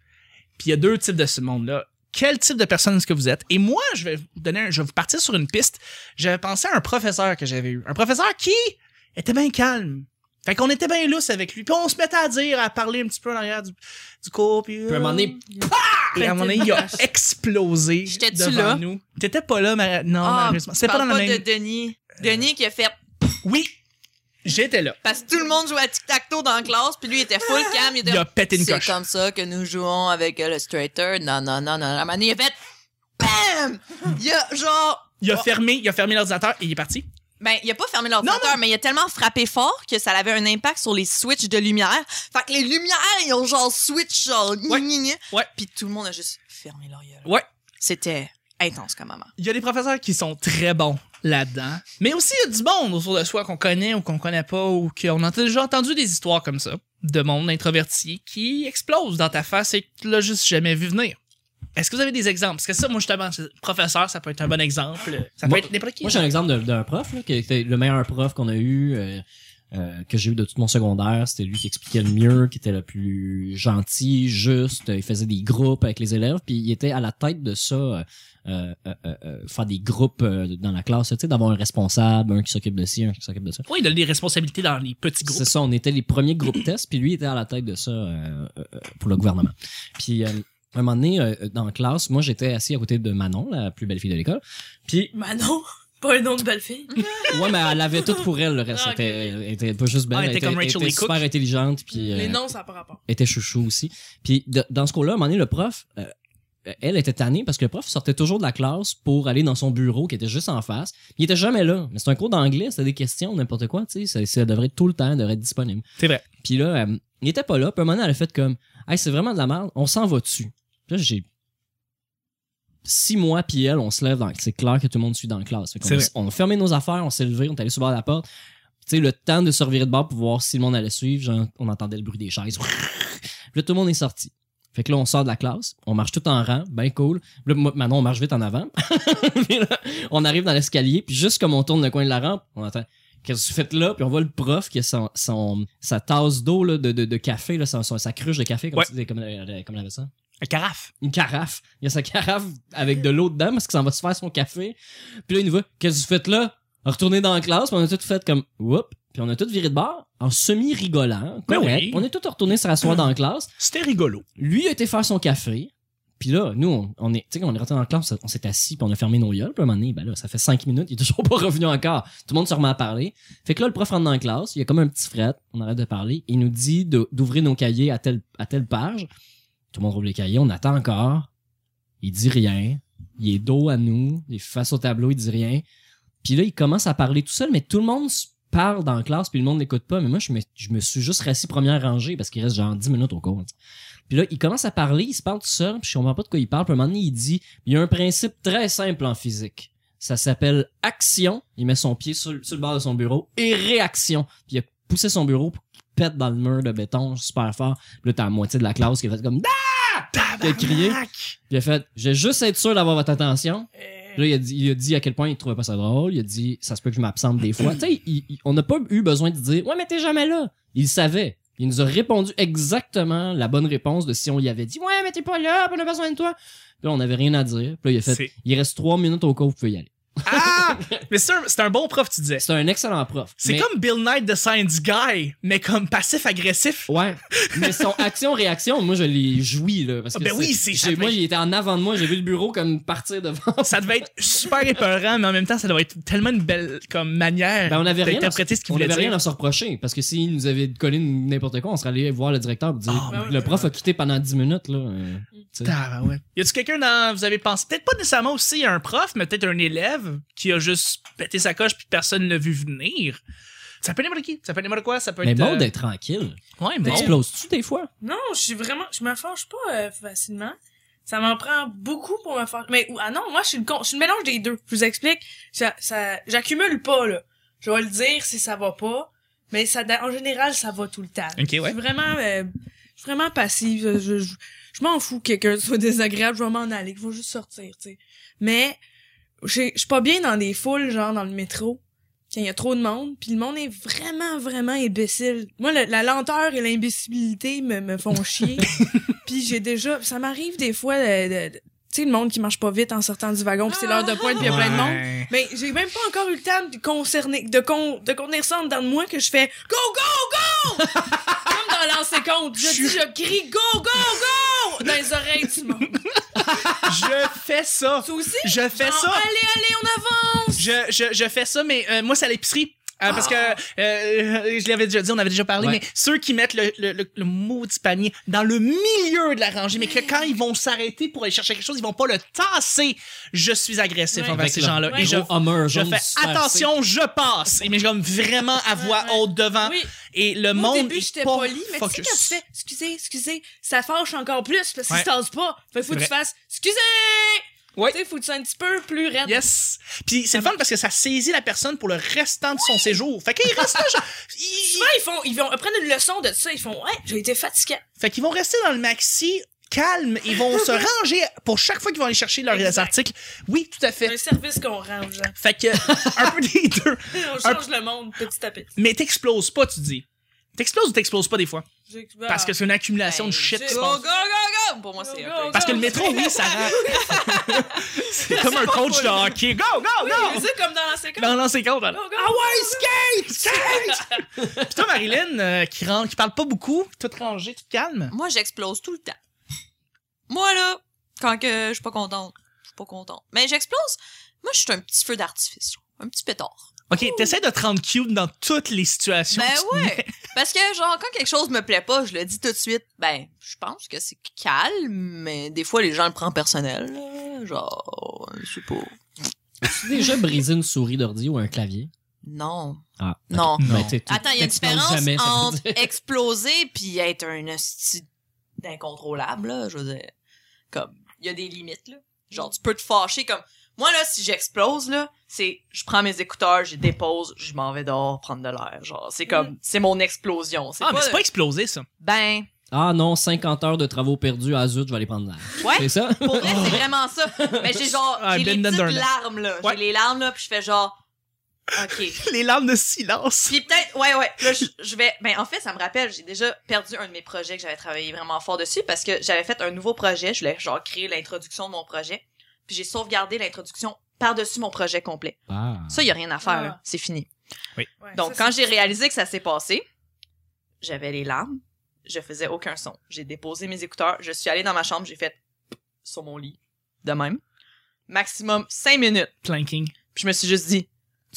Puis il y a deux types de ce monde-là. Quel type de personne est-ce que vous êtes? Et moi, je vais vous donner, un- je vais vous partir sur une piste. J'avais pensé à un professeur que j'avais eu. Un professeur qui était bien calme. Fait qu'on était bien lousse avec lui. Puis on se mettait à dire, à parler un petit peu en arrière du, du cours. Puis, euh,
Puis à un moment donné,
et à un moment donné, il a explosé
J'étais-tu
devant
là?
nous. T'étais pas là, Mar- non,
Ah,
malheureusement. C'était pas dans
parle
la
pas
même...
de Denis. Denis qui a fait
Oui, j'étais là.
parce que tout le monde jouait à tic-tac-toe dans la classe, puis lui il était full cam, il était
Il a pété une
C'est
coche.
comme ça que nous jouons avec euh, le straighter. Non non non non. À un moment donné, il a fait bam. Il a genre
Il a
Oh.
fermé, il a fermé l'ordinateur et il est parti.
ben il a pas fermé l'ordinateur, mais il a tellement frappé fort que ça avait un impact sur les switches de lumière. Fait que les lumières ils ont genre switch genre gni,
Ouais.
gni, gni.
Ouais.
Puis tout le monde a juste fermé leur gueule.
Ouais.
C'était intense comme moment.
Il y a des professeurs qui sont très bons là-dedans, mais aussi il y a du monde autour de soi qu'on connaît ou qu'on connaît pas ou qu'on a déjà entendu des histoires comme ça de monde introverti qui explose dans ta face et que tu l'as juste jamais vu venir. Est-ce que vous avez des exemples? Parce que ça, moi, justement, c'est- professeur, ça peut être un bon exemple. Ça peut
Moi-
être n'importe qui.
Moi, j'ai un exemple de- d'un prof, là, qui était le meilleur prof qu'on a eu, euh, euh, que j'ai eu de tout mon secondaire. C'était lui qui expliquait le mieux, qui était le plus gentil, juste. Il faisait des groupes avec les élèves, puis il était à la tête de ça, euh, euh, euh, euh, faire des groupes euh, dans la classe, tu sais, d'avoir un responsable, un qui s'occupe de ci, un qui s'occupe de ça.
Oui, il donne des responsabilités dans les petits groupes.
C'est ça, on était les premiers groupes tests, puis lui était à la tête de ça euh, euh, euh, pour le gouvernement. Puis euh, un moment donné, euh, dans la classe, moi j'étais assis à côté de Manon, la plus belle fille de l'école. Puis
Manon, pas un nom de belle fille.
ouais, mais elle avait tout pour elle le reste. Elle
Ah, ok.
était- Elle était pas juste belle,
Ah, elle
elle
était
était,
comme Rachel
elle
Lee
était
Cook.
super intelligente, puis
Les
euh,
noms, ça n'a pas rapport.
était chouchou aussi. Puis de- dans ce cas-là, à un moment donné, le prof, euh, elle était tannée parce que le prof sortait toujours de la classe pour aller dans son bureau qui était juste en face. Il était jamais là. Mais c'est un cours d'anglais, c'était des questions, n'importe quoi, tu sais. Ça, ça devrait être tout le temps, devrait être disponible.
C'est vrai.
Puis là, euh, il était pas là. Puis à un moment donné, elle a fait comme, hey, c'est vraiment de la merde, on s'en va dessus. Puis là, j'ai six mois puis elle, on se lève dans. C'est clair que tout le monde suit dans la classe. Fait qu'on-
C'est vrai.
on a fermé nos affaires, on s'est levé, on est allé sur le bord de la porte. Tu sais, le temps de se revirer de bord pour voir si le monde allait suivre, genre, on entendait le bruit des chaises. Puis là, tout le monde est sorti. Fait que là, on sort de la classe, on marche tout en rang, ben cool. Puis là, moi, Manon, on marche vite en avant. Puis là, on arrive dans l'escalier, puis juste comme on tourne le coin de la rampe, on entend Qu'est-ce que vous faites là? Puis on voit le prof qui a son, son- sa tasse d'eau là, de, de, de café, là, son- son- sa cruche de café, comme,
Ouais.
tu- comme, euh, comme elle avait ça
Un carafe.
une carafe. Il y a sa carafe avec de l'eau dedans parce qu'il s'en va se faire son café. Puis là, il nous voit, qu'est-ce que vous faites là? Retourner dans la classe, puis on a tout fait comme, whoop. Puis on a tout viré de bord en semi-rigolant.
Ben
correct.
oui.
On est tout retourné se rasseoir dans la classe.
C'était rigolo.
Lui a été faire son café. Puis là, nous, on, on est, tu sais, quand on est rentré dans la classe, on s'est assis, puis on a fermé nos yeux. Puis à un moment donné, ben là, ça fait cinq minutes, il est toujours pas revenu encore. Tout le monde se remet à parler. Fait que là, le prof rentre dans la classe, il y a comme un petit fret, on arrête de parler. Il nous dit de- d'ouvrir nos cahiers à telle, à telle page. Tout le monde ouvre les cahiers, on attend encore. Il dit rien. Il est dos à nous, il est face au tableau, il dit rien. Puis là, il commence à parler tout seul, mais tout le monde se parle dans la classe, puis le monde n'écoute pas. Mais moi, je me, je me suis juste rassis première rangée parce qu'il reste genre 10 minutes au cours. Puis là, il commence à parler, il se parle tout seul, puis je comprends pas de quoi il parle. Puis à un moment donné, il dit il y a un principe très simple en physique. Ça s'appelle action. Il met son pied sur, le- sur le bord de son bureau et réaction. Puis il a poussé son bureau pour qu'il pète dans le mur de béton super fort. Puis là, t'as la moitié de la classe qui a fait comme Ah! Puis il a crié. Puis il a fait Je vais juste être sûr d'avoir votre attention.
Euh,
Puis Là, il a, dit, il a dit à quel point il trouvait pas ça drôle. Il a dit, ça se peut que je m'absente des fois. tu sais, il- il- on n'a pas eu besoin de dire, ouais, mais t'es jamais là. Il le savait. Il nous a répondu exactement la bonne réponse de si on lui avait dit, ouais, mais t'es pas là, on a besoin de toi. Puis là, on n'avait rien à dire. Puis là, il a fait,
C'est-
il reste trois minutes au cours, vous pouvez y aller.
Ah! Mais c'est un, c'est un bon prof, tu disais.
C'est un excellent prof.
C'est
Mais-
comme Bill Knight de Science Guy, mais comme passif-agressif.
Ouais, mais son action-réaction, moi je l'ai joui là. Parce
Ah,
que
ben oui, c'est-
j'ai- Moi, il était en avant de moi, j'ai vu le bureau comme partir devant.
Ça devait être super épeurant, mais en même temps, ça devait être tellement une belle comme manière
Ben, on avait rien à
d'interpréter ce qu'il
On
voulait
n'avait
dire.
rien à se reprocher, parce que s'il nous avait collé n'importe quoi, on serait allé voir le directeur pour dire
Ah,
ben oui.
le prof a quitté pendant 10 minutes. Là. euh, tu sais.
Ah, ouais. Y a-tu quelqu'un dans. Vous avez pensé. Peut-être pas nécessairement aussi un prof, mais peut-être un élève qui a juste pété sa coche puis personne ne l'a vu venir. Ça peut être n'importe qui. Ça peut être n'importe quoi. Ça peut
Mais
être.
bon
euh,
d'être tranquille.
Ouais, bon.
T'exploses-tu des fois?
Non, je suis vraiment, je me fâche pas euh, facilement. Ça m'en prend beaucoup pour me fâcher. Mais ou- ah non, moi je suis le con, je suis le mélange des deux. Je vous explique. Ça, ça, j'accumule pas là. Je vais le dire si ça va pas, mais ça, en général, ça va tout le temps.
Ok, ouais.
Je suis vraiment, euh, je suis vraiment passive. Je, je, je m'en fous que quelqu'un soit désagréable. Je vais m'en aller. Je vais juste sortir, tu sais. Mais j'ai- je suis pas bien dans des foules, genre dans le métro, quand il y a trop de monde. Puis le monde est vraiment, vraiment imbécile. Moi, le- la lenteur et l'imbécilité me, me font chier. puis j'ai déjà... Ça m'arrive des fois... euh, de- de- tu sais, le monde qui marche pas vite en sortant du wagon, puis c'est l'heure de pointe, puis il y a plein de monde. Mais j'ai même pas encore eu le temps de concerner, de, con, de contenir ça en dedans de moi que je fais go, go, go! Comme dans l'ancien compte. Je, dis, je crie go, go, go! Dans les oreilles du monde.
Je fais ça.
Toi aussi?
Je fais
Genre,
ça.
Allez, allez, on avance!
Je, je, je fais ça, mais euh, moi, c'est à l'épicerie. Euh, parce que euh, je l'avais déjà dit, on avait déjà parlé,
Ouais.
mais ceux qui mettent le, le, le, le maudit panier dans le milieu de la rangée, mais que quand ils vont s'arrêter pour aller chercher quelque chose, ils vont pas le tasser. Je suis agressif
Ben, Ouais.
envers ces
leur
gens-là.
gros
Et je,
Hummer
je
jaune
fais
super
attention, je passe. Et mais je comme vraiment à voix
Ouais, ouais.
haute devant.
Oui,
Et le
moi,
monde.
au début,
est
j'étais
pas
poli, mais tu sais, quand
focus.
tu fais « excusez, excusez », ça fâche encore plus parce que
Ouais.
si t'oses pas, fait, faut
C'est
que tu
vrai.
fasses « excusez ».
Ouais.
Tu sais, faut que tu sois un petit peu plus raide.
Yes. Puis c'est le fun parce que ça saisit la personne pour le restant de son séjour. Fait qu'ils restent là, genre, ils-
Ah, Souvent, ils font, ils vont prendre une leçon de ça. Ils font, ouais, j'ai été fatiguée.
Fait qu'ils vont rester dans le maxi calme. Ils vont se ranger pour chaque fois qu'ils vont aller chercher leurs
Exact.
articles. Oui, tout à fait.
un service qu'on rend aux gens.
Fait que, un peu des deux.
On change le monde petit à petit.
Mais t'exploses pas, tu dis. T'exploses ou t'exploses pas des fois?
J'ai- ah.
Parce que c'est une accumulation
Ben,
Ben,
de shit qui se
Go,
passe.
go,
go, go! Pour moi,
Go,
c'est
go,
un peu.
go.
Parce que le métro, oui, ça rend. c'est comme un coach de hockey. Go, go,
Oui,
go!
c'est comme dans la séquence.
Non, non, c'est con. Ah
Go, go,
ouais, skate! Skate! Puis toi, Marilyn, euh, qui, ran- qui parle pas beaucoup, toute rangée, toute calme.
Moi, j'explose tout le temps. Moi, là, quand que je suis pas contente, je suis pas contente. Mais j'explose. Moi, je suis un petit feu d'artifice, genre. un petit pétard.
Ok, t'essaies de te rendre cute dans toutes les situations.
Ben
que tu te Ah,
ouais. Parce que, genre, quand quelque chose me plaît pas, je le dis tout de suite. Ben, je pense que c'est calme, mais des fois, les gens le prennent personnel. là. Genre, je sais pas.
Tu déjà brisé une souris d'ordi ou un clavier?
Non.
Ah. ok.
Non.
Non.
Ben, t'sais, t'sais,
Attends, il y a une
tu penses
différence
jamais, ça veut
entre
dire.
exploser puis être un esti d'incontrôlable, là, je veux dire. Comme, il y a des limites, là. Genre, tu peux te fâcher comme... Moi, là, si j'explose, là, c'est... Je prends mes écouteurs, je les dépose, je m'en vais dehors prendre de l'air, genre. C'est comme... C'est mon explosion. C'est
Ah, mais
pas...
c'est pas explosé, ça.
Ben,
Ah non, 50 heures de travaux perdus, à zut, je vais aller prendre l'air. C'est
ouais,
ça?
pour vrai, c'est vraiment ça. Mais j'ai genre...
Ah,
J'ai les
Ben
petites
Dunderman.
larmes, là.
Ouais.
J'ai les larmes, là, puis je fais genre... OK.
Les larmes de silence.
Puis peut-être, ouais, ouais. Là, je, je vais. Ben, en fait, ça me rappelle, j'ai déjà perdu un de mes projets que j'avais travaillé vraiment fort dessus parce que j'avais fait un nouveau projet. Je voulais, genre, créer l'introduction de mon projet. Puis j'ai sauvegardé l'introduction par-dessus mon projet complet.
Ah.
Ça, il a rien à faire, là.
Ah.
C'est fini.
go. Ouais,
Donc,
ça,
quand
c'est-
j'ai réalisé que ça s'est passé, j'avais les larmes. Je faisais aucun son. J'ai déposé mes écouteurs. Je suis allée dans ma chambre. J'ai fait sur mon lit. De même. Maximum cinq minutes.
Planking.
Puis je me suis juste dit,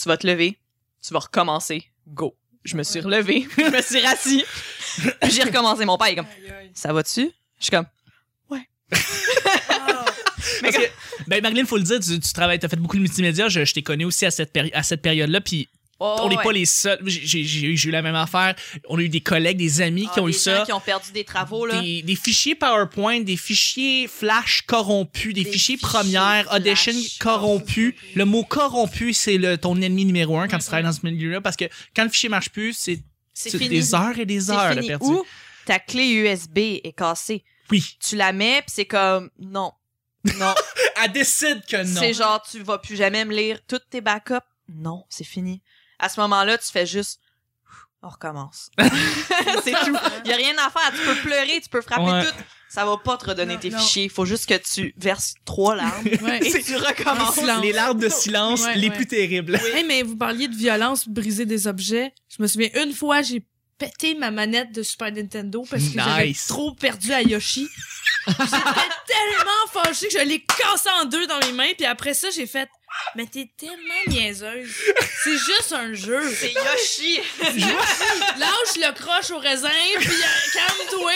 tu vas te lever, tu vas recommencer, go. Je me suis relevée, je me suis rassis, puis j'ai recommencé. Mon père est comme,
Aïe, aïe.
ça va-tu? Je suis comme,
Ah.
Mais
Parce que- ben, Marilyn, faut le dire, tu, tu travailles, t'as fait beaucoup de multimédia. Je, je t'ai connu aussi à cette, péri- à cette période-là. Puis
oh,
on n'est
ouais.
pas les seuls. J'ai- J'ai j'ai- j'ai eu la même affaire. On a eu des collègues, des amis
Ah,
qui ont eu
des gens
ça.
qui ont perdu des travaux, là.
Des, des fichiers PowerPoint, des fichiers Flash corrompus, des,
Des
fichiers,
fichiers
premières, Audition
Flash
corrompus.
corrompus.
Le mot corrompu, c'est le ton ennemi numéro un quand tu travailles dans ce milieu-là parce que quand le fichier marche plus, c'est
Mm-hmm. C'est
c'est
fini.
des heures et des
C'est
heures
fini.
de perdu.
Ou ta clé USB est cassée.
Oui.
Tu la mets, puis c'est comme, non, non.
Elle décide que non.
c'est genre, tu vas plus jamais me lire toutes tes backups. Non, c'est fini. À ce moment-là, tu fais juste, on recommence. c'est tout. Il y a rien à faire. Tu peux pleurer, tu peux frapper
Ouais.
tout. Ça va pas te redonner
Non,
tes
non.
fichiers. Il faut juste que tu verses trois larmes
Ouais.
et tu recommences.
silence.
Ah, Les larmes de silence
Ouais,
les
ouais.
plus terribles.
Hey, mais vous parliez de violence, briser des objets. Je me souviens une fois, j'ai pété ma manette de Super Nintendo parce que j'avais
Nice.
trop perdu à Yoshi. J'étais tellement fâchée que je l'ai cassé en deux dans mes mains, puis après ça, j'ai fait Mais t'es tellement niaiseuse. C'est juste un jeu.
C'est Yoshi.
Lâche le croche au raisin, puis euh, calme-toi.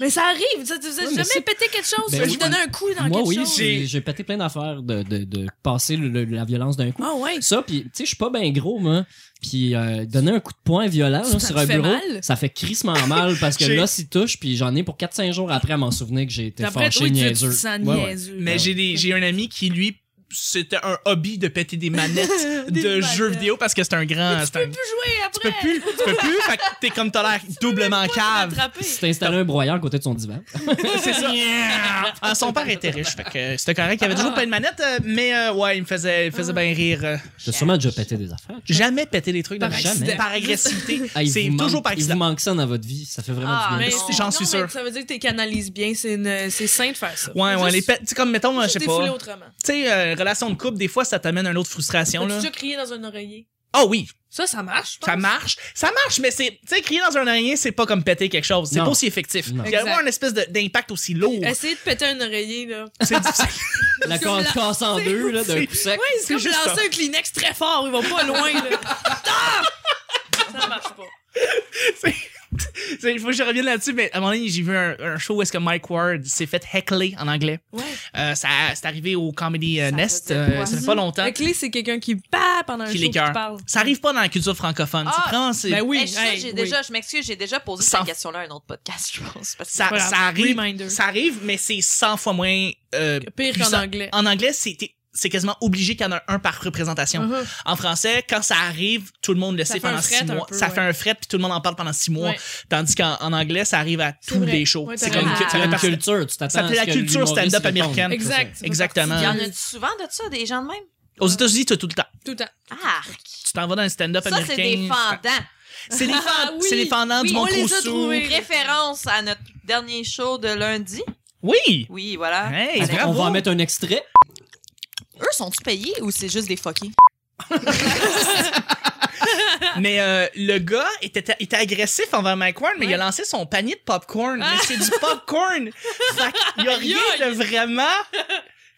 Mais ça arrive, tu sais, tu sais,
Ouais, mais
jamais
c'est-
pété quelque chose,
Ben
tu
oui.
lui donner un coup dans
Moi,
quelque
oui,
chose.
j'ai j'ai pété plein d'affaires de, de, de passer le- le- la violence d'un coup.
Ah ouais.
Ça, puis tu sais, je suis pas bien gros, moi. Puis euh, donner un coup de poing violent
Ça
là,
te
sur un
fait
bureau,
mal?
ça fait crissement mal parce que
J'ai-
là, s'il touche, puis j'en ai pour 4-5 jours après à m'en souvenir que j'ai été
Après,
fâché,
oui, tu- tu
niaiseux.
te sens
Ouais, ouais.
niaiseux.
Mais
Ouais.
j'ai des- j'ai un ami qui, lui, c'était un hobby de péter des manettes
Des
de jeux
manettes.
vidéo parce que c'est un grand. c'est un-
Tu peux plus jouer
Tu peux
après.
plus, tu peux plus, fait que t'es comme t'as l'air doublement cave.
Attraper.
Tu t'es installé un broyeur à côté de son divan.
C'est ça. Ah, son père était riche, fait que c'était correct. Il avait toujours plein de manettes, euh, mais euh, ouais, il me faisait, il me faisait bien rire. euh.
J'ai sûrement déjà pété des affaires.
Jamais péter des trucs dans
Par
la vie.
accident.
Par agressivité.
Ah, il
C'est
vous manque-
toujours par
Il vous
accident.
manque ça dans votre vie. Ça fait vraiment
Ah,
du bien.
mais-
J'en
Non,
suis
mais
sûr.
Ça veut dire que tu canalises bien. C'est une- c'est sain de faire ça.
Ouais, ouais,
Juste-
les pets, tu sais, comme mettons, euh, je
juste
sais
défouler
pas,
autrement.
tu sais, euh, relation de couple, des fois, ça t'amène à une autre frustration,
As-tu
là.
déjà crié dans un oreiller?
Ah oui,
Ça, ça marche, je pense.
ça marche, ça marche, mais c'est, tu sais, crier dans un oreiller, c'est pas comme péter quelque chose, c'est
Non.
pas aussi effectif.
Non.
Il y a
Exact.
avoir une espèce de- d'impact aussi lourd.
Essayer de péter un oreiller, là.
C'est difficile.
La
C'est comme
corde
la-
casse en
c'est-
deux, là, d'un
c'est-
coup sec.
Oui, c'est comme
juste
lancer
ça.
un Kleenex très fort. Ils vont pas loin, là. Ah! Ça marche pas.
Il faut que je revienne là-dessus, mais à un moment donné, j'ai vu un, un show où est-ce que Mike Ward s'est fait heckler en anglais.
Ouais.
Euh, ça, c'est arrivé au Comedy euh,
Ça
Nest,
veut dire
euh,
quoi?
ça fait pas longtemps.
La clé, c'est quelqu'un qui bat pendant un
Qui
show qui
l'écoeure.
parle.
Ça arrive pas dans la culture francophone.
Ah,
tu prends, c'est-
Ben oui,
Hey, je sais,
hey,
j'ai
oui.
déjà, je m'excuse, j'ai déjà posé
Sans-
cette question-là à un autre podcast, je pense. Parce que
ça,
Voilà,
ça arrive,
reminder.
ça arrive, mais c'est 100 fois moins euh,
Pire
puissant.
qu'en anglais.
En anglais, c'était c'est quasiment obligé qu'il y en a un par représentation.
Mhm.
En français, quand ça arrive, tout le monde le
Ça
sait
fait un
pendant
fret
six
un
mois.
peu,
ça
ouais.
fait un fret, puis tout le monde en parle pendant six mois.
Ouais.
Tandis qu'en en anglais, ça arrive à tous
vrai.
les shows.
Ouais, t'as
c'est comme
raison.
que-
Ah.
C'est
la
la
personne-
culture, tu t'attends.
Ça fait
à
la
ce que
culture
l'humoriste
stand-up
réponde.
américaine.
Exact. ça fait
Exactement.
Il y
partie
en
de-
a souvent de ça, des gens de même?
Aux États-Unis, t'as tout le temps.
Tout le temps.
Ah,
Tu t'en vas dans un stand-up
ça,
américain.
c'est des fendants.
C'est les, fan-
Ah,
c'est les
oui.
fendants du
Oui,
monde
on les a
Rousseau.
trouvés.
Référence à notre dernier show de lundi.
Oui!
Oui, voilà.
Hey,
On va-
Avec-
On
bravo.
va en mettre un extrait.
Eux, sont-ils payés ou c'est juste des fuckés?
Mais euh, le gars était, était agressif envers Mike Warren, mais il a lancé son panier de popcorn. Mais c'est
Ah.
du popcorn! fait qu'il y a rien de vraiment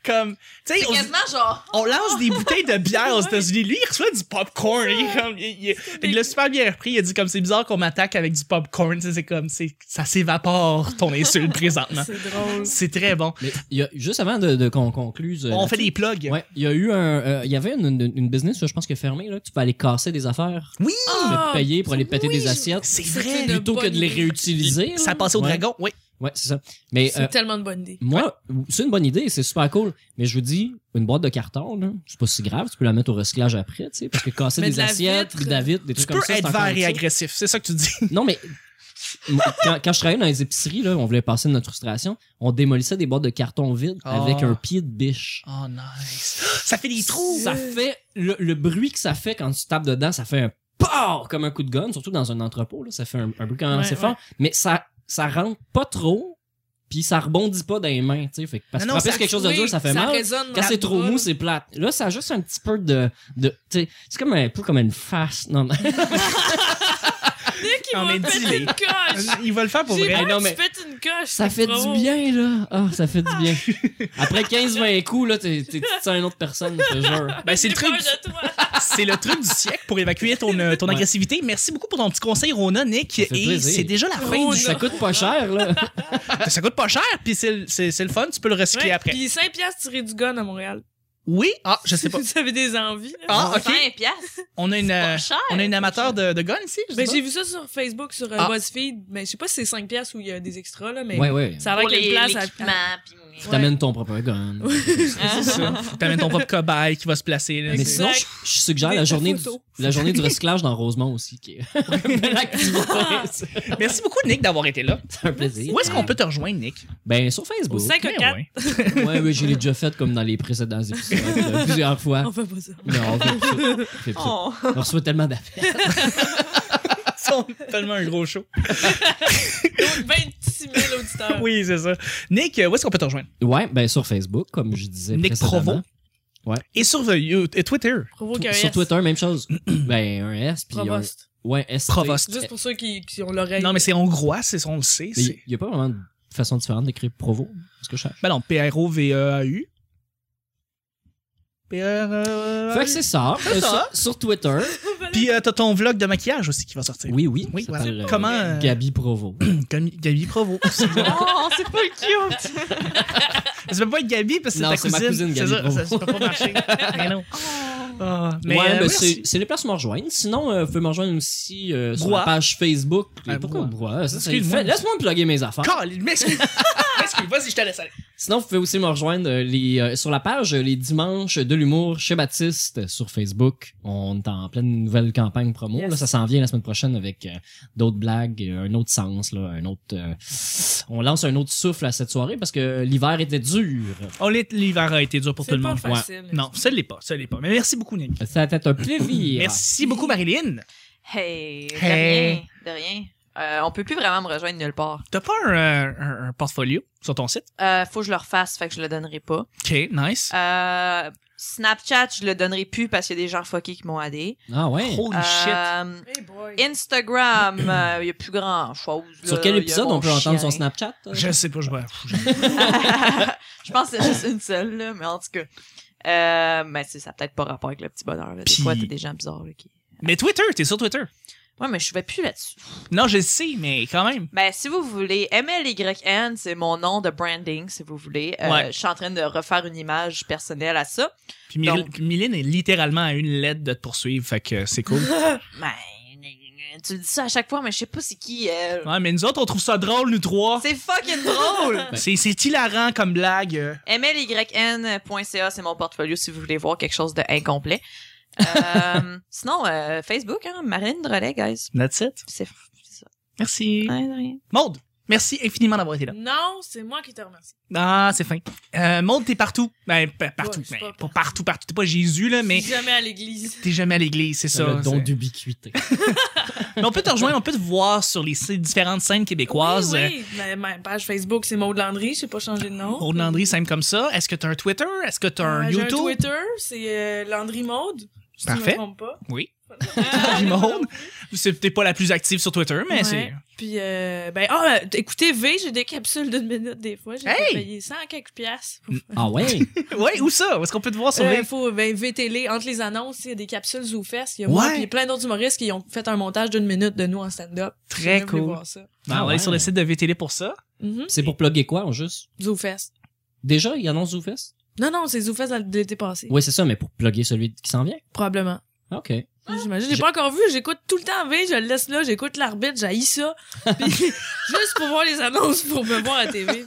comme... Tu sais,
C'est
aux-
quasiment genre.
on lance des bouteilles de bière aux États-Unis. Lui, il reçoit du popcorn. Il, est comme, il, il- il l'a super bien repris. Il a dit comme c'est bizarre qu'on m'attaque avec du popcorn. Tu sais, C'est comme c'est ça s'évapore ton insulte présentement.
C'est drôle.
C'est très bon.
Mais il y a- juste avant de, de- qu'on concluse. euh,
On fait des plugs.
Ouais, il y a eu un. euh, Il y avait une, une- une business, je pense, qui est fermée, là. que Tu peux aller casser des affaires,
Oui,
tu
Ah,
peux payer pour aller péter
oui,
des
je-
assiettes,
c'est
C'est
vrai.
une
plutôt que
bonne
de les
idée.
réutiliser.
Ça
là.
passait au
Ouais.
dragon. Oui.
Ouais, c'est ça. Mais
C'est
euh,
tellement de bonne idée.
moi, c'est une bonne idée, c'est super cool. Mais je vous dis, une boîte de carton, là, c'est pas si grave, tu peux la mettre au recyclage après, tu sais, parce que casser
Mais
des
de la
assiettes,
vitre.
de la vitre, des
Tu
trucs
peux
comme ça. c'est
être
encore
vert et
pire.
agressif. C'est ça que tu dis.
Non, mais moi, quand, quand je travaillais dans les épiceries, là, on voulait passer de notre frustration, on démolissait des boîtes de carton vides
Ah.
avec un pied de biche.
Oh nice. Ça fait des trous.
Ça fait le, le bruit que ça fait quand tu tapes dedans, ça fait un POW comme un coup de gun, surtout dans un entrepôt. Là, ça fait un, un bruit quand même
Ouais,
assez fort, mais ça, ça rentre pas trop, puis ça rebondit pas dans les mains. tu sais, Fait, que- parce que
Non, non,
frapper
ça-
sur quelque chose de
Oui,
dur, ça fait
ça
mal.
résonne
Quand
dans
c'est
le
trop
bras,
mou,
là.
c'est plate. Là, ça a juste un petit peu de. de tu sais, c'est comme un peu comme une face. Non, mais-
Nick, il
Non,
m'a
mais
pété
dis-les.
une coche.
Il va le faire pour
J'ai
vrai.
Hey,
peur
non,
que
mais-
tu pètes une coche.
Ça fait
Bravo.
du bien, là. Ah, ça fait du bien. Après 15-20 coups, là, t'es, t'es, tu te sens une autre personne, je te jure.
Ben, c'est le
J'ai
truc.
peur de toi.
C'est le truc du siècle pour évacuer ton, euh, ton
Ouais.
agressivité. Merci beaucoup pour ton petit conseil, Rona, Nick.
Ça fait
Et
plaisir.
c'est déjà la fin
Rona.
du
Ça coûte pas cher, là.
Ça coûte pas cher, puis c'est le- c'est c'est le fun, tu peux le recycler
Ouais,
après.
Puis 5 piastres tirés du gun à Montréal.
Oui, ah, je sais pas.
Vous avez des envies. là?
Ah, ok.
5 piastres.
On a une, euh,
Pas cher.
on a une amateur de, de gun ici, je sais
Ben,
pas.
j'ai vu ça sur Facebook, sur euh,
Ah.
BuzzFeed. Mais je sais pas si c'est 5 piastres ou il y a des extras, là, mais
Ouais, ouais.
ça a l'air
Pour
qu'il y
les
a une place à...
l'équipement, puis-
Tu t'amènes ton propre gun.
Ah, C'est ça. Faut que T'amènes ton propre cobaye qui va se placer. là.
Mais
C'est-
sinon, je, je suggère
Des
la journée, du,
photos.
la journée du recyclage dans Rosemont aussi, qui est une belle activité. C'est
Merci beaucoup, Nick, d'avoir été là.
un plaisir.
Où est-ce qu'on peut te rejoindre, Nick?
Ben, sur
Au
Facebook.
5 à
Ben
4.
ouais.
Ouais, ouais, je l'ai déjà fait comme dans les précédents épisodes, là, plusieurs fois.
On fait pas ça.
Mais on fait ça. On fait ça.
Oh.
On reçoit tellement d'appels.
Ah, C'est tellement un gros show.
26 000 auditeurs.
Oui, c'est ça. Nick, euh, où est-ce qu'on peut te rejoindre?
Ouais, ben, sur Facebook, comme je disais.
Nick
précédemment.
Provo.
Ouais.
Et sur euh, You- et Twitter.
Provo
Tw-
qu'un
Sur
S.
Twitter, même chose. ben, un S, puis euh, un.
Provost.
Ouais, S.
Provost.
Juste pour ceux qui, qui ont l'oreille.
Non, mais c'est hongrois, c'est on le sait.
Ben, Il
c'est-
n'y a pas vraiment de façon différente d'écrire Provo, ce que je cherche.
Ben non, P-R-O-V-E-A-U. P R O V E A U.
Fait que c'est ça. Euh,
ça.
Sur, sur Twitter.
Puis euh, t'as ton vlog de maquillage aussi qui va sortir.
Oui, oui.
Oui,
ça
voilà.
s'appelle, euh,
Comment. euh,
Gabi Provo.
Gabi, Gabi Provo.
Oh, c'est pas cute!
ça peut pas être Gabi parce que c'est
Non,
ta
c'est
cousine.
ma cousine,
C'est
Gabi
ça,
Provo.
ça, ça peut pas marcher. Mais non.
Oh.
Ah, mais
ouais,
euh,
ben,
merci.
c'est c'est les places qui me rejoignent. Sinon, euh, vous pouvez me rejoindre aussi euh, sur
Broie.
la page Facebook.
Ah,
Pourquoi Broie? Ça, c'est-
Excuse-moi.
fait- Laisse-moi plugger mes affaires.
Colin, m'excuse. M'excuse, vas-y, je te laisse aller.
Sinon, vous pouvez aussi me rejoindre euh, les, euh, sur la page euh, Les Dimanches de l'humour chez Baptiste euh, sur Facebook. On est en pleine nouvelle campagne promo.
Yes.
Là, ça s'en vient la semaine prochaine avec euh, d'autres blagues, euh, un autre sens, là, un autre. euh, on lance un autre souffle à cette soirée parce que l'hiver était dur.
Oh, l'hé- l'hiver a été dur pour tout
c'est
le
pas
monde. Ouais.
facile.
Non, ça l'est pas, ça l'est pas. Mais merci beaucoup, Nick.
Ça a été un plaisir.
Merci beaucoup, Marilyn.
Hey, de
Hey.
rien, de rien. Euh, on peut plus vraiment me rejoindre nulle part.
T'as pas un, euh, un- un portfolio sur ton site?
Euh, faut que je le refasse, fait que je le donnerai pas.
OK, nice.
Euh, Snapchat, je le donnerai plus parce qu'il y a des gens fuckés qui m'ont adé.
Ah ouais.
Holy shit.
Euh,
Hey boy.
Instagram, euh, il y a plus grand chose.
Sur quel épisode on peut entendre son Snapchat? euh?
Je sais pas, je vois.
Je pense que c'est juste une seule, là, mais en tout cas. Euh, mais c'est- ça a peut-être pas rapport avec le petit bonheur. Là. Des
Puis-
fois, t'as des gens bizarres. Là, qui...
Mais Twitter, t'es sur Twitter.
Ouais, mais je vais plus là-dessus.
Non, je le sais, mais quand même.
Ben, si vous voulez, MLYN, c'est mon nom de branding, si vous voulez. Euh,
Ouais.
Je suis en train de refaire une image personnelle à ça.
Puis Myri-
Donc-
Mylène est littéralement à une lettre de te poursuivre, fait que c'est cool.
Ben, tu dis ça à chaque fois, mais je sais pas c'est qui elle.
Ouais, mais nous autres, on trouve ça drôle, nous trois.
C'est fucking drôle!
C'est c'est hilarant comme blague.
mlyn.ca, c'est mon portfolio si vous voulez voir quelque chose de incomplet. Euh, sinon, euh, Facebook, hein, Marine Drolet, guys.
That's it.
C'est c'est ça.
Merci.
Ouais, de rien.
Maude, merci infiniment d'avoir été là.
Non, c'est moi qui te remercie.
Ah, c'est fin. Euh, Maude, t'es partout. Ben, pa- partout.
Ouais, je suis
Ben,
pas
pas partout, partout. T'es pas Jésus, là, mais
Je suis jamais à l'église.
t'es jamais à l'église, c'est ça.
le don
c'est-
d'ubiquité.
Mais on peut te rejoindre, on peut te voir sur les sc- différentes scènes québécoises. Euh,
Oui, oui. Ma, ma page Facebook, c'est Maud Landry. J'ai pas changé de nom.
Maude Landry, simple comme ça. Est-ce que t'as un Twitter? Est-ce que t'as Oh, un
Euh, j'ai
YouTube?
Twitter, c'est euh, Landry Maud. Si je
Parfait.
me trompe pas. Euh,
Oui. Landry Maude. C'est peut-être pas la plus active sur Twitter, mais
Ouais.
c'est.
Puis, euh, ben, ah, euh, écoutez, V, j'ai des capsules d'une minute des fois. J'ai
Hey! Mm,
payé 100 quelques piastres.
Ah ouais?
Ouais, où ça? Où est-ce qu'on peut te voir sur
Euh,
les.
faut, ben, VTL, entre les annonces, il y a des capsules ZooFest. Il y a
Ouais.
moi, puis il y a plein d'autres humoristes qui ont fait un montage d'une minute de nous en stand-up.
Très
J'ai jamais voulu
cool.
voir ça.
Ben, on va aller sur le site de VTL pour ça.
Mhm.
C'est pour plugger quoi, on juste?
ZooFest.
Déjà, ils annoncent ZooFest?
Non, non, c'est ZooFest de l'été passé.
Oui, c'est ça, mais pour plugger celui qui s'en vient. Ah,
Probablement.
OK.
J'imagine,
Je-
j'ai pas encore vu, j'écoute tout le temps V, je le laisse là, j'écoute l'arbitre, j'haïs ça. Puis, juste pour voir les annonces, pour me voir à TV.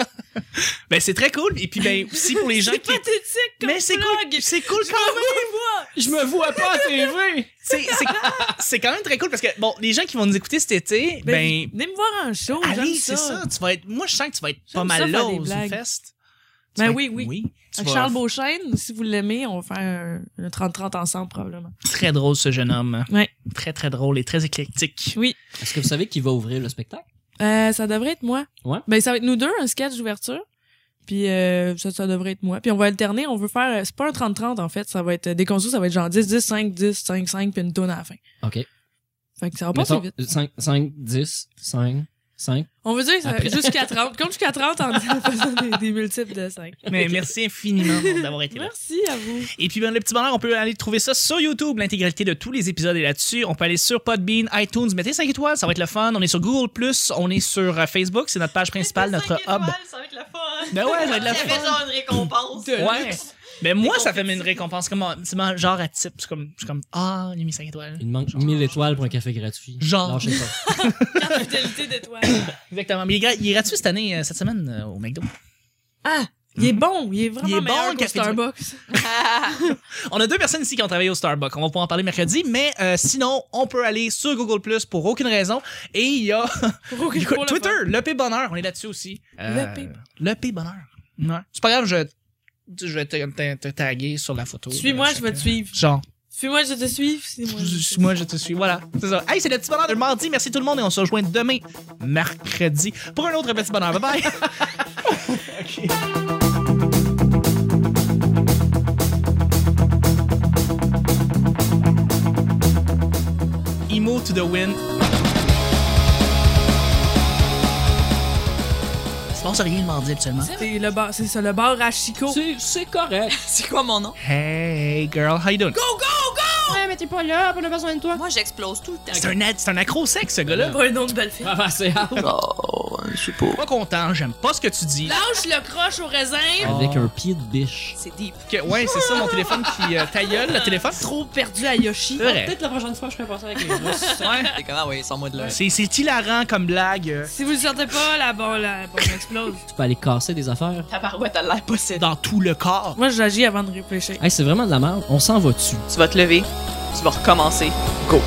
Ben, c'est très cool. Et puis, ben, aussi pour les gens
C'est
qui.
pathétique comme
Mais c'est
plug.
cool. C'est cool
Je
quand
m'en vais voir.
Je me vois pas à TV!
C'est, c'est, c'est quand même très cool parce que, bon, les gens qui vont nous écouter cet été, ben,
Ben, venez me voir en show, j'aime
allez,
ça.
c'est ça. Tu vas être, moi, je sens que tu vas être pas
J'aime
mal
ça
là
faire des
au
blagues.
Zoufest. Tu
Ben
vas
oui,
être-
oui.
Tu
Avec
vas-
Charles Beauchesne, si vous l'aimez, on va faire un- le 30-30 ensemble, probablement.
Très drôle, ce jeune homme.
Ouais.
Très, très drôle et très éclectique.
Est-ce que vous savez qui va ouvrir le spectacle?
Euh, ça devrait être moi.
Ouais.
Ben, ça va être nous deux, un sketch d'ouverture. Puis euh, ça, ça devrait être moi. Puis on va alterner, on veut faire... euh, C'est pas un 30-30, en fait. Ça va être... euh, Des consos, ça va être genre 10, 10, 5, 10, 5, 5, puis une tonne à la fin.
OK.
Fait que ça va passer
Mettons,
vite.
5, 5, 10, 5, 5.
On veut dire ça-
Après-
jusqu'à 30. Compte jusqu'à 30 en faisant des, des multiples de 5.
Mais merci infiniment d'avoir été là.
Merci à vous.
Et puis, ben, le petit bonheur, on peut aller trouver ça sur YouTube. L'intégralité de tous les épisodes est là-dessus. On peut aller sur Podbean, iTunes. Mettez 5 étoiles, ça va être le fun. On est sur Google+, on est sur euh, Facebook. C'est notre page principale, notre hub.
Ça va être le fun.
Ben ouais, ça va être le
Il y avait
fun.
genre une récompense.
Ouais. Mais moi,
Des
ça fait une récompense. Comme, un- c'est un genre à type. C'est comme, je suis comme, ah, il a mis 5 étoiles.
Il manque 1000 étoiles pour un café gratuit.
Genre.
Non, je sais pas.
Carte fidélité d'étoile.
Exactement. Mais il est, gra- il est gratuit cette année, euh, cette semaine, euh, au McDo.
Ah! Il est bon, il est vraiment
Il est bon,
meilleur
le
qu'au
café du-
Starbucks.
On a deux personnes ici qui ont travaillé au Starbucks. On va pouvoir en parler mercredi, mais euh, sinon, on peut aller sur Google Plus pour aucune raison. Et il y a
Pour-
il y a
pour le
Twitter,
fun. Euh,
le P Bonheur. On est là-dessus aussi.
Le P Bonheur.
Le P Bonheur. Ouais. C'est pas grave, je, je vais te, te- te taguer sur la photo.
Suis-moi, je vais te suivre.
Genre,
Suis-moi, je te suis. C'est moi.
je- je- moi je te suis. Voilà, c'est ça. Hey, c'est le petit bonheur de mardi. Merci tout le monde et on se rejoint demain, mercredi, pour un autre petit bonheur. Bye bye. Emo to the wind. C'est bon, ça rien le mardi habituellement.
C'est le bar, c'est ça, le bar à Chico.
C'est- C'est correct.
C'est quoi mon nom?
Hey girl, how you doing?
Ouais, mais t'es pas là, on a besoin de toi.
Moi, j'explose tout le temps.
C'est un, ad- c'est un accro sexe, ce gars-là.
Pas un nom de belle fille.
Ah, bah, c'est out.
Oh, je sais pas.
Pas content, j'aime pas ce que tu dis.
Lâche le croche au raisin.
Avec un pied de biche.
C'est deep.
Que- ouais, c'est ça mon téléphone qui euh, ta gueule, le téléphone.
Trop perdu à Yoshi.
C'est vrai.
la prochaine fois, je ferai passer avec les grosses.
Ouais.
T'es comment? Oui, sans moi de là.
C'est, c'est hilarant comme blague. euh,
Si vous le sentez pas, la bombe, la bombe explose.
Tu peux aller casser des affaires.
Ta barouette a l'air
C'est
possible.
dans tout le corps.
Moi, j'agis avant de réfléchir.
Hey, c'est vraiment de la merde. On s'en va dessus.
Tu vas te lever, tu vas recommencer. Go.